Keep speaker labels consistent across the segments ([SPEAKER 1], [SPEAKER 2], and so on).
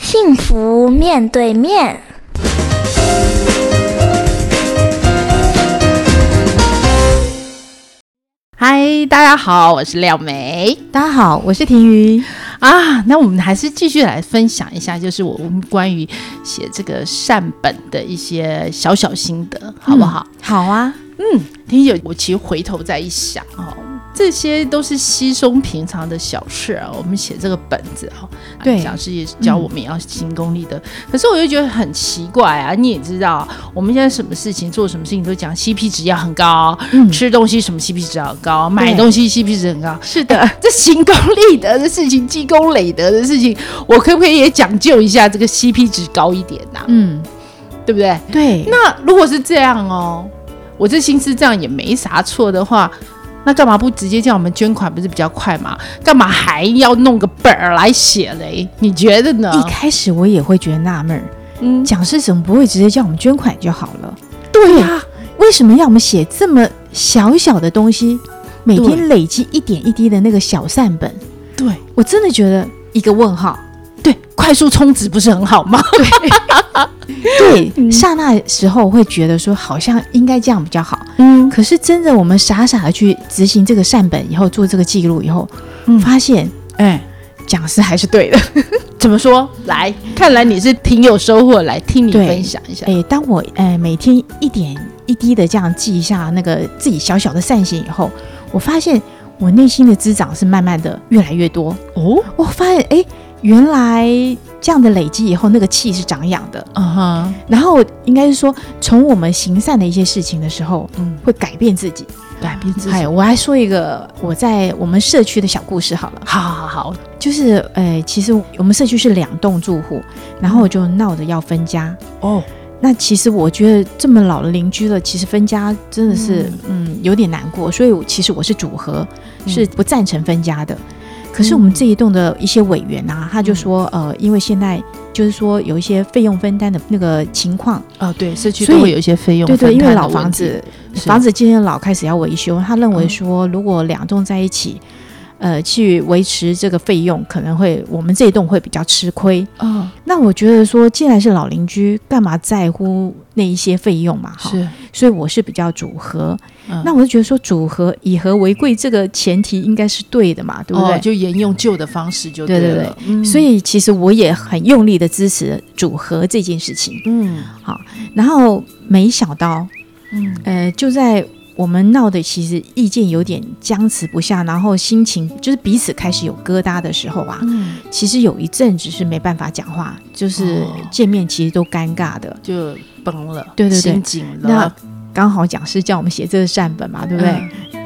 [SPEAKER 1] 幸福面对面。
[SPEAKER 2] 嗨，大家好，我是廖梅
[SPEAKER 3] 大家好，我是婷瑜。
[SPEAKER 2] 啊。那我们还是继续来分享一下，就是我们关于写这个善本的一些小小心得，好不好？
[SPEAKER 3] 好啊，
[SPEAKER 2] 婷姐，我其实回头再一想哦，这些都是稀松平常的小事啊。我们写这个本子哦，
[SPEAKER 3] 对
[SPEAKER 2] 讲师也教我们也要行功利的。可是我就觉得很奇怪啊，你也知道，我们现在什么事情做什么事情都讲 CP 值要很高，
[SPEAKER 3] 嗯
[SPEAKER 2] 吃东西什么 CP 值要很高，买东西 CP 值很高。哎
[SPEAKER 3] 是的，
[SPEAKER 2] 这行功立德的事情，积功累德的事情，我可不可以也讲究一下这个 CP 值高一点呐、
[SPEAKER 3] 嗯，
[SPEAKER 2] 对不对？
[SPEAKER 3] 对，
[SPEAKER 2] 那如果是这样哦，我这心思这样也没啥错的话，那干嘛不直接叫我们捐款，不是比较快吗？干嘛还要弄个本儿来写嘞？你觉得呢？
[SPEAKER 3] 一开始我也会觉得纳闷儿，
[SPEAKER 2] 嗯，
[SPEAKER 3] 讲师怎么不会直接叫我们捐款就好了？
[SPEAKER 2] 对呀、
[SPEAKER 3] 为什么要我们写这么小小的东西，每
[SPEAKER 2] 对
[SPEAKER 3] 天累积一点一滴的那个小善本？
[SPEAKER 2] 对
[SPEAKER 3] 我真的觉得一个问号。
[SPEAKER 2] 对，快速充值不是很好吗？
[SPEAKER 3] 对，刹那时候会觉得说好像应该这样比较好，
[SPEAKER 2] 嗯，
[SPEAKER 3] 可是真的我们傻傻的去执行这个善本以后，做这个记录以后，
[SPEAKER 2] 嗯
[SPEAKER 3] 发现
[SPEAKER 2] 哎，
[SPEAKER 3] 讲师还是对的。
[SPEAKER 2] 怎么说？来，看来你是挺有收获，来听你
[SPEAKER 3] 对
[SPEAKER 2] 分享一下。
[SPEAKER 3] 哎，当我哎每天一点一滴的这样记一下那个自己小小的善行以后，我发现我内心的滋长是慢慢的越来越多。
[SPEAKER 2] 哦，
[SPEAKER 3] 我发现哎，原来这样的累积以后，那个气是长养的。
[SPEAKER 2] 啊哈，
[SPEAKER 3] 然后应该是说，从我们行善的一些事情的时候，
[SPEAKER 2] 嗯，
[SPEAKER 3] 会改变自己。
[SPEAKER 2] 改变自己。
[SPEAKER 3] 哎，我还说一个我在我们社区的小故事好了，
[SPEAKER 2] 好好好，
[SPEAKER 3] 就是呃，其实我们社区是两栋住户，然后我就闹着要分家。
[SPEAKER 2] 哦，
[SPEAKER 3] 那其实我觉得这么老的邻居了，其实分家真的是嗯有点难过，所以我其实我是主和，
[SPEAKER 2] 嗯
[SPEAKER 3] 是不赞成分家的。可是我们这一栋的一些委员啊，他就说，呃，因为现在就是说有一些费用分担的那个情况，
[SPEAKER 2] 哦，对，社区
[SPEAKER 3] 所
[SPEAKER 2] 都
[SPEAKER 3] 以
[SPEAKER 2] 会有一些费用
[SPEAKER 3] 对
[SPEAKER 2] 分摊的问
[SPEAKER 3] 对，因
[SPEAKER 2] 题，
[SPEAKER 3] 为老房子
[SPEAKER 2] 是
[SPEAKER 3] 房子渐渐老开始要维修，他认为说如果两栋在一起，呃，去维持这个费用，可能会我们这一栋会比较吃亏。
[SPEAKER 2] 啊，
[SPEAKER 3] 那我觉得说，既然是老邻居，干嘛在乎那一些费用嘛？哈，
[SPEAKER 2] 是，
[SPEAKER 3] 所以我是比较主和。
[SPEAKER 2] 嗯
[SPEAKER 3] 那我就觉得说，主和以和为贵这个前提应该是对的嘛，对不对？
[SPEAKER 2] 哦、就沿用旧的方式就
[SPEAKER 3] 对对
[SPEAKER 2] 了。嗯
[SPEAKER 3] 所，以其实我也很用力的支持主和这件事情。
[SPEAKER 2] 嗯
[SPEAKER 3] 然后没想到，
[SPEAKER 2] 嗯，
[SPEAKER 3] 呃，就在我们闹的其实意见有点僵持不下，然后心情就是彼此开始有疙瘩的时候啊，
[SPEAKER 2] 嗯，
[SPEAKER 3] 其实有一阵子是没办法讲话，就是
[SPEAKER 2] 哦
[SPEAKER 3] 见面其实都尴尬的。
[SPEAKER 2] 就崩了，
[SPEAKER 3] 对对对
[SPEAKER 2] 心紧
[SPEAKER 3] 那
[SPEAKER 2] 了，啊
[SPEAKER 3] 刚好讲师叫我们写这个善本嘛，
[SPEAKER 2] 对
[SPEAKER 3] 对不对？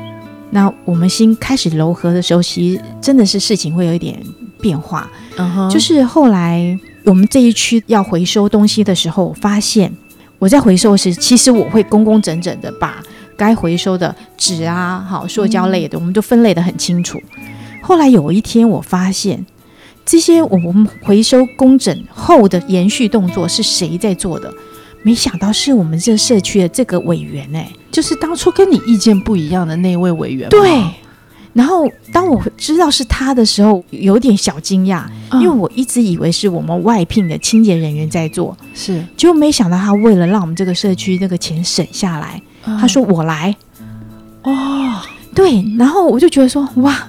[SPEAKER 3] 那我们心开始柔和的时候，其实真的是事情会有一点变化。
[SPEAKER 2] 嗯哼，
[SPEAKER 3] 就是后来我们这一区要回收东西的时候，我发现我在回收时，其实我会工工整整的把该回收的纸啊、好塑胶类的，我们就分类的很清楚。后来有一天，我发现这些我们回收工整后的延续动作是谁在做的？没想到是我们这社区的这个委员哎、
[SPEAKER 2] 就是当初跟你意见不一样的那位委员嘛，
[SPEAKER 3] 对。然后当我知道是他的时候，有点小惊讶，因
[SPEAKER 2] 嗯
[SPEAKER 3] 为我一直以为是我们外聘的清洁人员在做，
[SPEAKER 2] 是
[SPEAKER 3] 结果没想到他为了让我们这个社区那个钱省下来，
[SPEAKER 2] 嗯
[SPEAKER 3] 他说我来。
[SPEAKER 2] 哦，
[SPEAKER 3] 对，然后我就觉得说哇，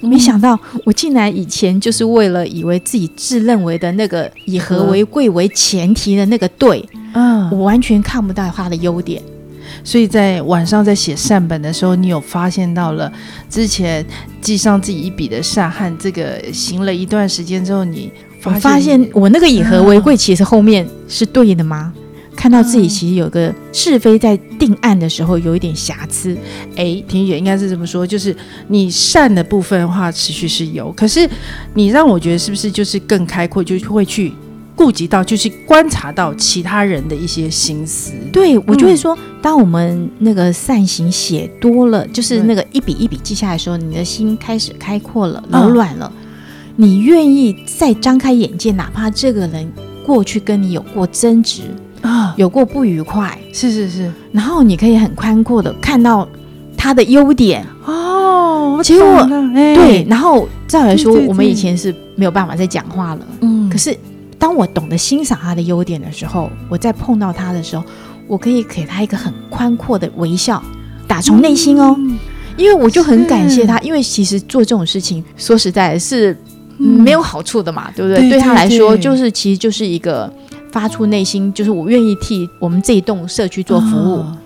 [SPEAKER 2] 嗯
[SPEAKER 3] 没想到我竟然以前就是为了以为自己自认为的那个以和为贵为前提的那个对，
[SPEAKER 2] 嗯，
[SPEAKER 3] 我完全看不到他的优点。
[SPEAKER 2] 所以在晚上在写善本的时候，你有发现到了之前记上自己一笔的善和这个行了一段时间之后，你嗯
[SPEAKER 3] 我
[SPEAKER 2] 发现
[SPEAKER 3] 发现我那个以和为贵，其实后面是对的吗？看到
[SPEAKER 2] 嗯
[SPEAKER 3] 自己其实有个是非在定案的时候有一点瑕疵，
[SPEAKER 2] 哎，婷姐应该是这么说，就是你善的部分的话，持续是有，可是你让我觉得是不是就是更开阔，就会去顾及到，就是观察到其他人的一些心思。
[SPEAKER 3] 对，我
[SPEAKER 2] 嗯
[SPEAKER 3] 就会说，当我们那个善行写多了，就是
[SPEAKER 2] 对
[SPEAKER 3] 那个一笔一笔记下来的时候，你的心开始开阔了，
[SPEAKER 2] 嗯
[SPEAKER 3] 柔软了，你愿意再张开眼界，哪怕这个人过去跟你有过争执，
[SPEAKER 2] 啊，
[SPEAKER 3] 有过不愉快，
[SPEAKER 2] 是是是，
[SPEAKER 3] 然后你可以很宽阔的看到他的优点，
[SPEAKER 2] 哦，
[SPEAKER 3] 其实我
[SPEAKER 2] 懂了哎
[SPEAKER 3] 对，然后照来说，
[SPEAKER 2] 对对
[SPEAKER 3] 我们以
[SPEAKER 2] 对
[SPEAKER 3] 前是没有办法再讲话了，
[SPEAKER 2] 嗯
[SPEAKER 3] 可是当我懂得欣赏他的优点的时候，我在碰到他的时候，我可以给他一个很宽阔的微笑，打从内心
[SPEAKER 2] 嗯
[SPEAKER 3] 哦，因为我就很感谢他，因为其实做这种事情，说实在的是、
[SPEAKER 2] 嗯
[SPEAKER 3] 没有好处的嘛，对不对？
[SPEAKER 2] 对对
[SPEAKER 3] 他来说，
[SPEAKER 2] 对
[SPEAKER 3] 就是其实就是一个发出内心，就是我愿意替我们这一栋社区做服务。
[SPEAKER 2] 哦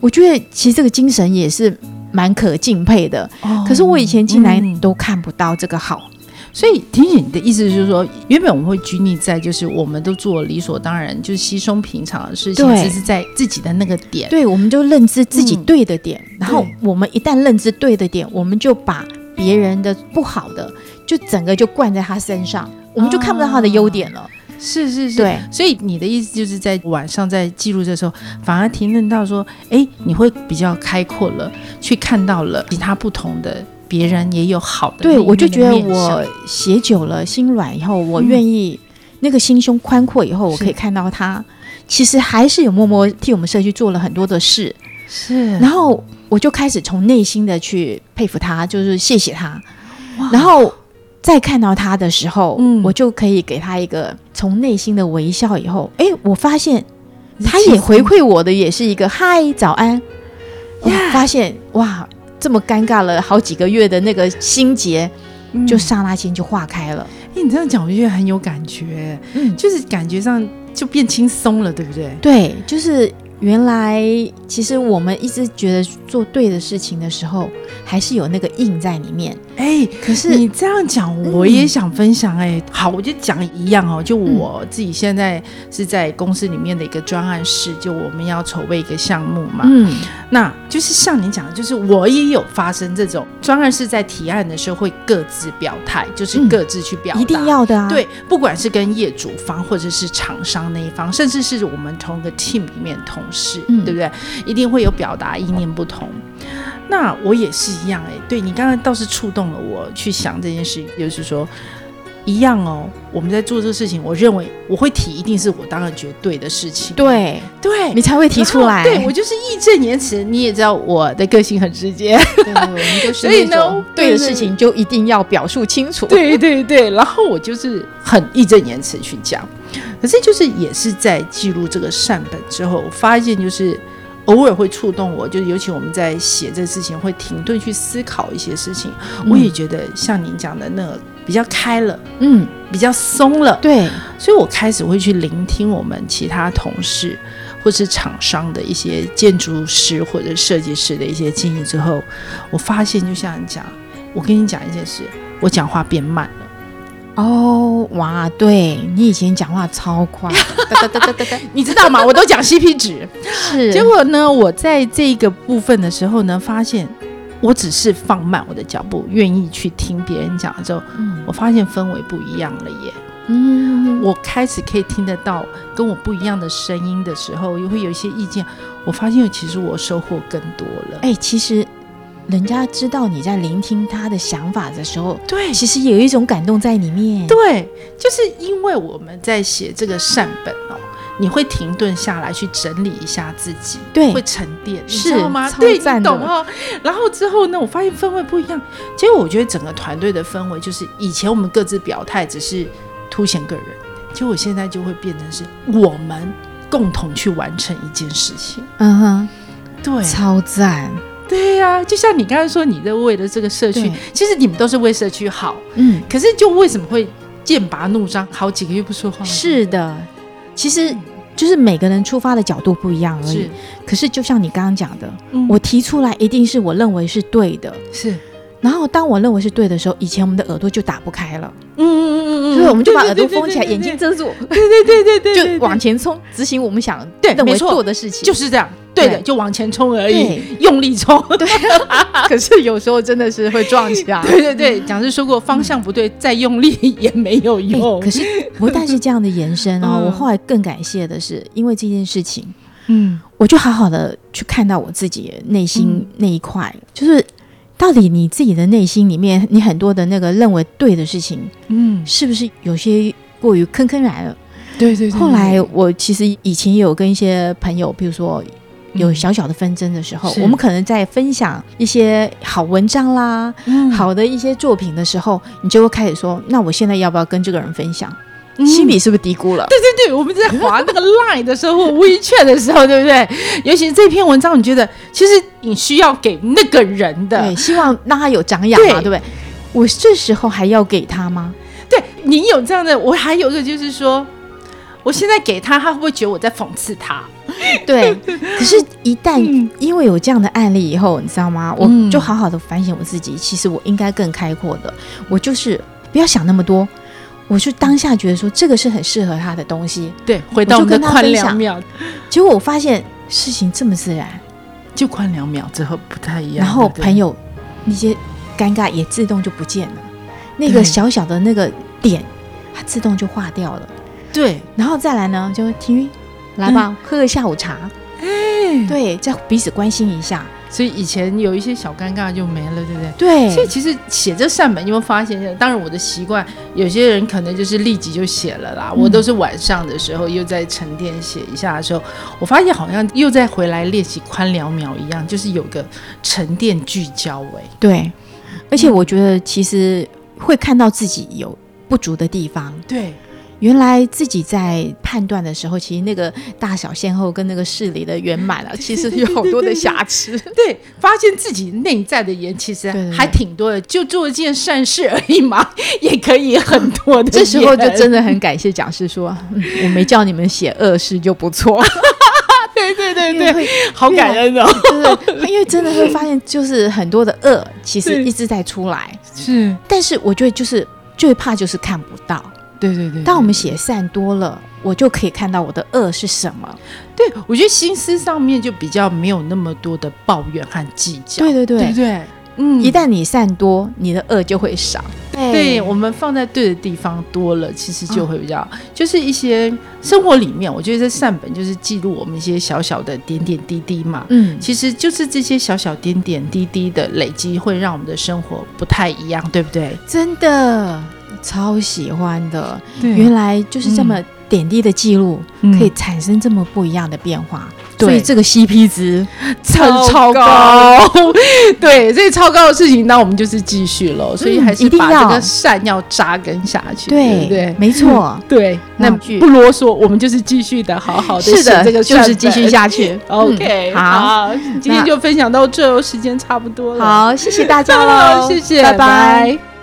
[SPEAKER 3] 我觉得其实这个精神也是蛮可敬佩的。
[SPEAKER 2] 哦
[SPEAKER 3] 可是我以前进来
[SPEAKER 2] 嗯
[SPEAKER 3] 都看不到这个好，
[SPEAKER 2] 所以婷姐，你的意思就是说，原本我们会拘泥在就是我们都做理所当然，就是稀松平常的事情，
[SPEAKER 3] 对
[SPEAKER 2] 只是在自己的那个点。
[SPEAKER 3] 对，我们就认知自己
[SPEAKER 2] 嗯
[SPEAKER 3] 对的点，然后
[SPEAKER 2] 对
[SPEAKER 3] 我们一旦认知对的点，我们就把别人的不好的就整个就灌在他身上，我们就看不到他的优点了。
[SPEAKER 2] 是是是。
[SPEAKER 3] 对，
[SPEAKER 2] 所以你的意思就是在晚上在记录的时候，反而停顿到说，哎，你会比较开阔了，去看到了其他不同的别人也有好的那一
[SPEAKER 3] 对，
[SPEAKER 2] 面的面相。
[SPEAKER 3] 我就觉得我写久了心软以后，我愿意、那个心胸宽阔以后，我
[SPEAKER 2] 是
[SPEAKER 3] 可以看到他其实还是有默默替我们社区做了很多的事，
[SPEAKER 2] 是，
[SPEAKER 3] 然后我就开始从内心的去佩服他，就是谢谢他，然后。再看到他的时候，
[SPEAKER 2] 嗯
[SPEAKER 3] 我就可以给他一个从内心的微笑。以后，哎，我发现他
[SPEAKER 2] 其
[SPEAKER 3] 也
[SPEAKER 2] 实
[SPEAKER 3] 回馈我的也是一个嗨，早安。我发现哇，这么尴尬了好几个月的那个心结，
[SPEAKER 2] 嗯
[SPEAKER 3] 就刹那间就化开了。
[SPEAKER 2] 哎，你这样讲，我觉得很有感觉，
[SPEAKER 3] 嗯，
[SPEAKER 2] 就是感觉上就变轻松了，对不对？
[SPEAKER 3] 对，就是原来其实我们一直觉得做对的事情的时候，还是有那个印在里面。
[SPEAKER 2] 哎，
[SPEAKER 3] 可
[SPEAKER 2] 你
[SPEAKER 3] 是，
[SPEAKER 2] 这样讲，
[SPEAKER 3] 嗯
[SPEAKER 2] 我也想分享哎、好，我就讲一样哦，就我自己现在是在公司里面的一个专案室，就我们要筹备一个项目嘛。
[SPEAKER 3] 嗯，
[SPEAKER 2] 那就是像你讲的，就是我也有发生这种专案室在提案的时候会各自表态，就是
[SPEAKER 3] 嗯
[SPEAKER 2] 各自去表达。
[SPEAKER 3] 一定要的啊。，
[SPEAKER 2] 对，不管是跟业主方或者是厂商那一方，甚至是我们同一个 team 里面同事，
[SPEAKER 3] 嗯
[SPEAKER 2] 对不对？一定会有表达意念不同。那我也是一样哎、对你刚才倒是触动了我去想这件事，就是说一样哦，我们在做这个事情，我认为我会提，一定是我当然觉得对的事情，
[SPEAKER 3] 对
[SPEAKER 2] 对，
[SPEAKER 3] 你才会提出来。
[SPEAKER 2] 对我就是义正言辞，你也知道我的个性很直接，
[SPEAKER 3] 对，对我们就 是
[SPEAKER 2] 所以呢
[SPEAKER 3] 那种对
[SPEAKER 2] 对
[SPEAKER 3] 的
[SPEAKER 2] 对
[SPEAKER 3] 事情就一定要表述清 楚。
[SPEAKER 2] 对对对，然后我就是很义正言辞去讲，可是就是也是在记录这个善本之后，我发现就是偶尔会触动我，就尤其我们在写这事情会停顿去思考一些事情，我也觉得像您讲的那个比较开了，
[SPEAKER 3] 嗯，
[SPEAKER 2] 比较松了，
[SPEAKER 3] 对，
[SPEAKER 2] 所以我开始会去聆听我们其他同事或是厂商的一些建筑师或者设计师的一些建议之后，我发现就像你讲，我跟你讲一件事，我讲话变慢了。
[SPEAKER 3] 哦，哇，对你以前讲话超 快，哒哒哒哒哒哒，
[SPEAKER 2] 你知道吗？我都讲 CP 值。
[SPEAKER 3] 是，
[SPEAKER 2] 结果呢，我在这个部分的时候呢，发现我只是放慢我的脚步，愿意去听别人讲的时候，
[SPEAKER 3] 嗯
[SPEAKER 2] 我发现氛围不一样了耶。
[SPEAKER 3] 嗯，
[SPEAKER 2] 我开始可以听得到跟我不一样的声音的时候，也会有一些意见。我发现其实我收获更多了。
[SPEAKER 3] 哎、其实人家知道你在聆听他的想法的时候，
[SPEAKER 2] 对
[SPEAKER 3] 其实也有一种感动在里面。
[SPEAKER 2] 对，就是因为我们在写这个善本哦，你会停顿下来去整理一下自己，
[SPEAKER 3] 对
[SPEAKER 2] 会沉淀，你
[SPEAKER 3] 是
[SPEAKER 2] 知道吗？
[SPEAKER 3] 超
[SPEAKER 2] 对，你
[SPEAKER 3] 赞的
[SPEAKER 2] 懂哦。然后之后呢，我发现氛围不一样，结果我觉得整个团队的氛围就是以前我们各自表态只是凸显个人，结果现在就会变成是我们共同去完成一件事情。
[SPEAKER 3] 嗯哼，
[SPEAKER 2] 对
[SPEAKER 3] 超赞。
[SPEAKER 2] 对呀、就像你刚才说，你在为了这个社区
[SPEAKER 3] 对，
[SPEAKER 2] 其实你们都是为社区好，
[SPEAKER 3] 嗯，
[SPEAKER 2] 可是就为什么会剑拔弩张，好几个月不说话？
[SPEAKER 3] 是的，其实就是每个人出发的角度不一样而已
[SPEAKER 2] 是。，
[SPEAKER 3] 可是就像你刚刚讲的，
[SPEAKER 2] 嗯
[SPEAKER 3] 我提出来一定是我认为是对的。
[SPEAKER 2] 是，
[SPEAKER 3] 然后当我认为是对的时候，以前我们的耳朵就打不开了，
[SPEAKER 2] 嗯嗯嗯嗯
[SPEAKER 3] 所以我们就把耳朵封起来，眼睛遮住，
[SPEAKER 2] 对对对对，
[SPEAKER 3] 就往前冲，执行我们想
[SPEAKER 2] 对
[SPEAKER 3] 认
[SPEAKER 2] 没
[SPEAKER 3] 为
[SPEAKER 2] 错
[SPEAKER 3] 做的事情。
[SPEAKER 2] 就是这样，对的，
[SPEAKER 3] 对
[SPEAKER 2] 就往前冲而已，
[SPEAKER 3] 对，
[SPEAKER 2] 用力冲。
[SPEAKER 3] 可是有时候真的 是会撞起 来。
[SPEAKER 2] 对对对，讲师说过，方向不对，再用力也没有
[SPEAKER 3] 哎
[SPEAKER 2] 用。
[SPEAKER 3] 可，是不但是这样的延伸啊、
[SPEAKER 2] 嗯
[SPEAKER 3] 我后来更感谢的是，因为这件事情，
[SPEAKER 2] 嗯，
[SPEAKER 3] 我就好好的去看到我自己内心那一块，嗯就是到底你自己的内心里面，你很多的那个认为对的事情，
[SPEAKER 2] 嗯，
[SPEAKER 3] 是不是有些过于坑坑然了？
[SPEAKER 2] 对对对。
[SPEAKER 3] 后来我其实以前也有跟一些朋友，比如说。有小小的纷争的时候，
[SPEAKER 2] 是
[SPEAKER 3] 我们可能在分享一些好文章啦、
[SPEAKER 2] 嗯，
[SPEAKER 3] 好的一些作品的时候，你就会开始说：“那我现在要不要跟这个人分享？
[SPEAKER 2] 嗯
[SPEAKER 3] 心里是不是低估了？
[SPEAKER 2] 对对对，我们在划那个 Line 的时候、WeChat 的时候，对不对？尤其是这篇文章，你觉得其实你需要给那个人的，
[SPEAKER 3] 对，希望让他有长养嘛，
[SPEAKER 2] 对
[SPEAKER 3] 对不对？我这时候还要给他吗？
[SPEAKER 2] 对你有这样的，我还有一个就是说，我现在给他，他会不会觉得我在讽刺他？
[SPEAKER 3] 对，可是，一旦因为有这样的案例以后，你知道吗？我
[SPEAKER 2] 嗯
[SPEAKER 3] 就好好的反省我自己，其实我应该更开阔的，我就是不要想那么多，我就当下觉得说这个是很适合他的东西，
[SPEAKER 2] 对，回到我们
[SPEAKER 3] 我就跟
[SPEAKER 2] 的
[SPEAKER 3] 他
[SPEAKER 2] 宽
[SPEAKER 3] 分
[SPEAKER 2] 两
[SPEAKER 3] 享
[SPEAKER 2] 秒，
[SPEAKER 3] 结果我发现事情这么自然，
[SPEAKER 2] 就宽两秒之后不太一样。
[SPEAKER 3] 然后
[SPEAKER 2] 对不对
[SPEAKER 3] 朋友那些尴尬也自动就不见了，那个
[SPEAKER 2] 对
[SPEAKER 3] 小小的那个点，它自动就化掉了，
[SPEAKER 2] 对，
[SPEAKER 3] 然后再来呢，就体育来吧，
[SPEAKER 2] 嗯
[SPEAKER 3] 喝个下午茶，
[SPEAKER 2] 对，
[SPEAKER 3] 对，再彼此关心一下，
[SPEAKER 2] 嗯所以以前有一些小尴尬就没了，对不对？
[SPEAKER 3] 对，
[SPEAKER 2] 所以其实写这扇门，你有没有发现？当然我的习惯，有些人可能就是立即就写了啦。
[SPEAKER 3] 嗯
[SPEAKER 2] 我都是晚上的时候又在沉淀写一下的时候，我发现好像又再回来练习宽两秒一样，就是有个沉淀聚焦、欸。
[SPEAKER 3] 对，而且我觉得其实会看到自己有不足的地方。
[SPEAKER 2] 对，
[SPEAKER 3] 原来自己在判断的时候，其实那个大小先后跟那个事理的圆满啊， 其实有好多的瑕疵。
[SPEAKER 2] 对，发现自己内在的盐其实
[SPEAKER 3] 对对对
[SPEAKER 2] 还挺多的，就做一件善事而已嘛，也可以很多的盐。
[SPEAKER 3] 这时候就真的很感谢讲师说，嗯 我没叫你们写恶事就不 错，
[SPEAKER 2] 对对对
[SPEAKER 3] 因
[SPEAKER 2] 对，
[SPEAKER 3] 为会
[SPEAKER 2] 好感恩哦，
[SPEAKER 3] 真的，因为真的会发现，就是很多的恶其实
[SPEAKER 2] 对
[SPEAKER 3] 一直在出来，
[SPEAKER 2] 是，
[SPEAKER 3] 但是我觉得就是最怕就是看不到。
[SPEAKER 2] 对对对。
[SPEAKER 3] 当我们写善多了，我就可以看到我的恶是什么。
[SPEAKER 2] 对我觉得心思上面就比较没有那么多的抱怨和计较，
[SPEAKER 3] 对对对
[SPEAKER 2] 对不对？嗯，
[SPEAKER 3] 一旦你善多，你的恶就会少。
[SPEAKER 2] 对我们放在对的地方多了，其实就会比较，就是一些生活里面，我觉得这善本就是记录我们一些小小的点点滴滴嘛。
[SPEAKER 3] 嗯，
[SPEAKER 2] 其实就是这些小小点点滴滴的累积，会让我们的生活不太一样，对不对？
[SPEAKER 3] 真的超喜欢的。
[SPEAKER 2] 对
[SPEAKER 3] 原来就是这么点滴的记录，可以
[SPEAKER 2] 嗯
[SPEAKER 3] 产生这么不一样的变化。
[SPEAKER 2] 对
[SPEAKER 3] 所以这个 CP 值
[SPEAKER 2] 超
[SPEAKER 3] 超
[SPEAKER 2] 高， 对，所以超高的事情，那我们就是继续喽。所以
[SPEAKER 3] 嗯
[SPEAKER 2] 还是
[SPEAKER 3] 一定
[SPEAKER 2] 把这
[SPEAKER 3] 要
[SPEAKER 2] 个善要扎根下去，对不对？
[SPEAKER 3] 没错，
[SPEAKER 2] 对，那
[SPEAKER 3] 两句
[SPEAKER 2] 不啰嗦，我们就是继续的，好好的
[SPEAKER 3] 是的，
[SPEAKER 2] 这个
[SPEAKER 3] 就是继续
[SPEAKER 2] 善
[SPEAKER 3] 下去。
[SPEAKER 2] 本。OK，、
[SPEAKER 3] 嗯好，
[SPEAKER 2] 好，今天就分享到这哦，时间差不多了。
[SPEAKER 3] 好，谢谢大家
[SPEAKER 2] 好，
[SPEAKER 3] 喽，
[SPEAKER 2] 谢谢，
[SPEAKER 3] 拜拜
[SPEAKER 2] 拜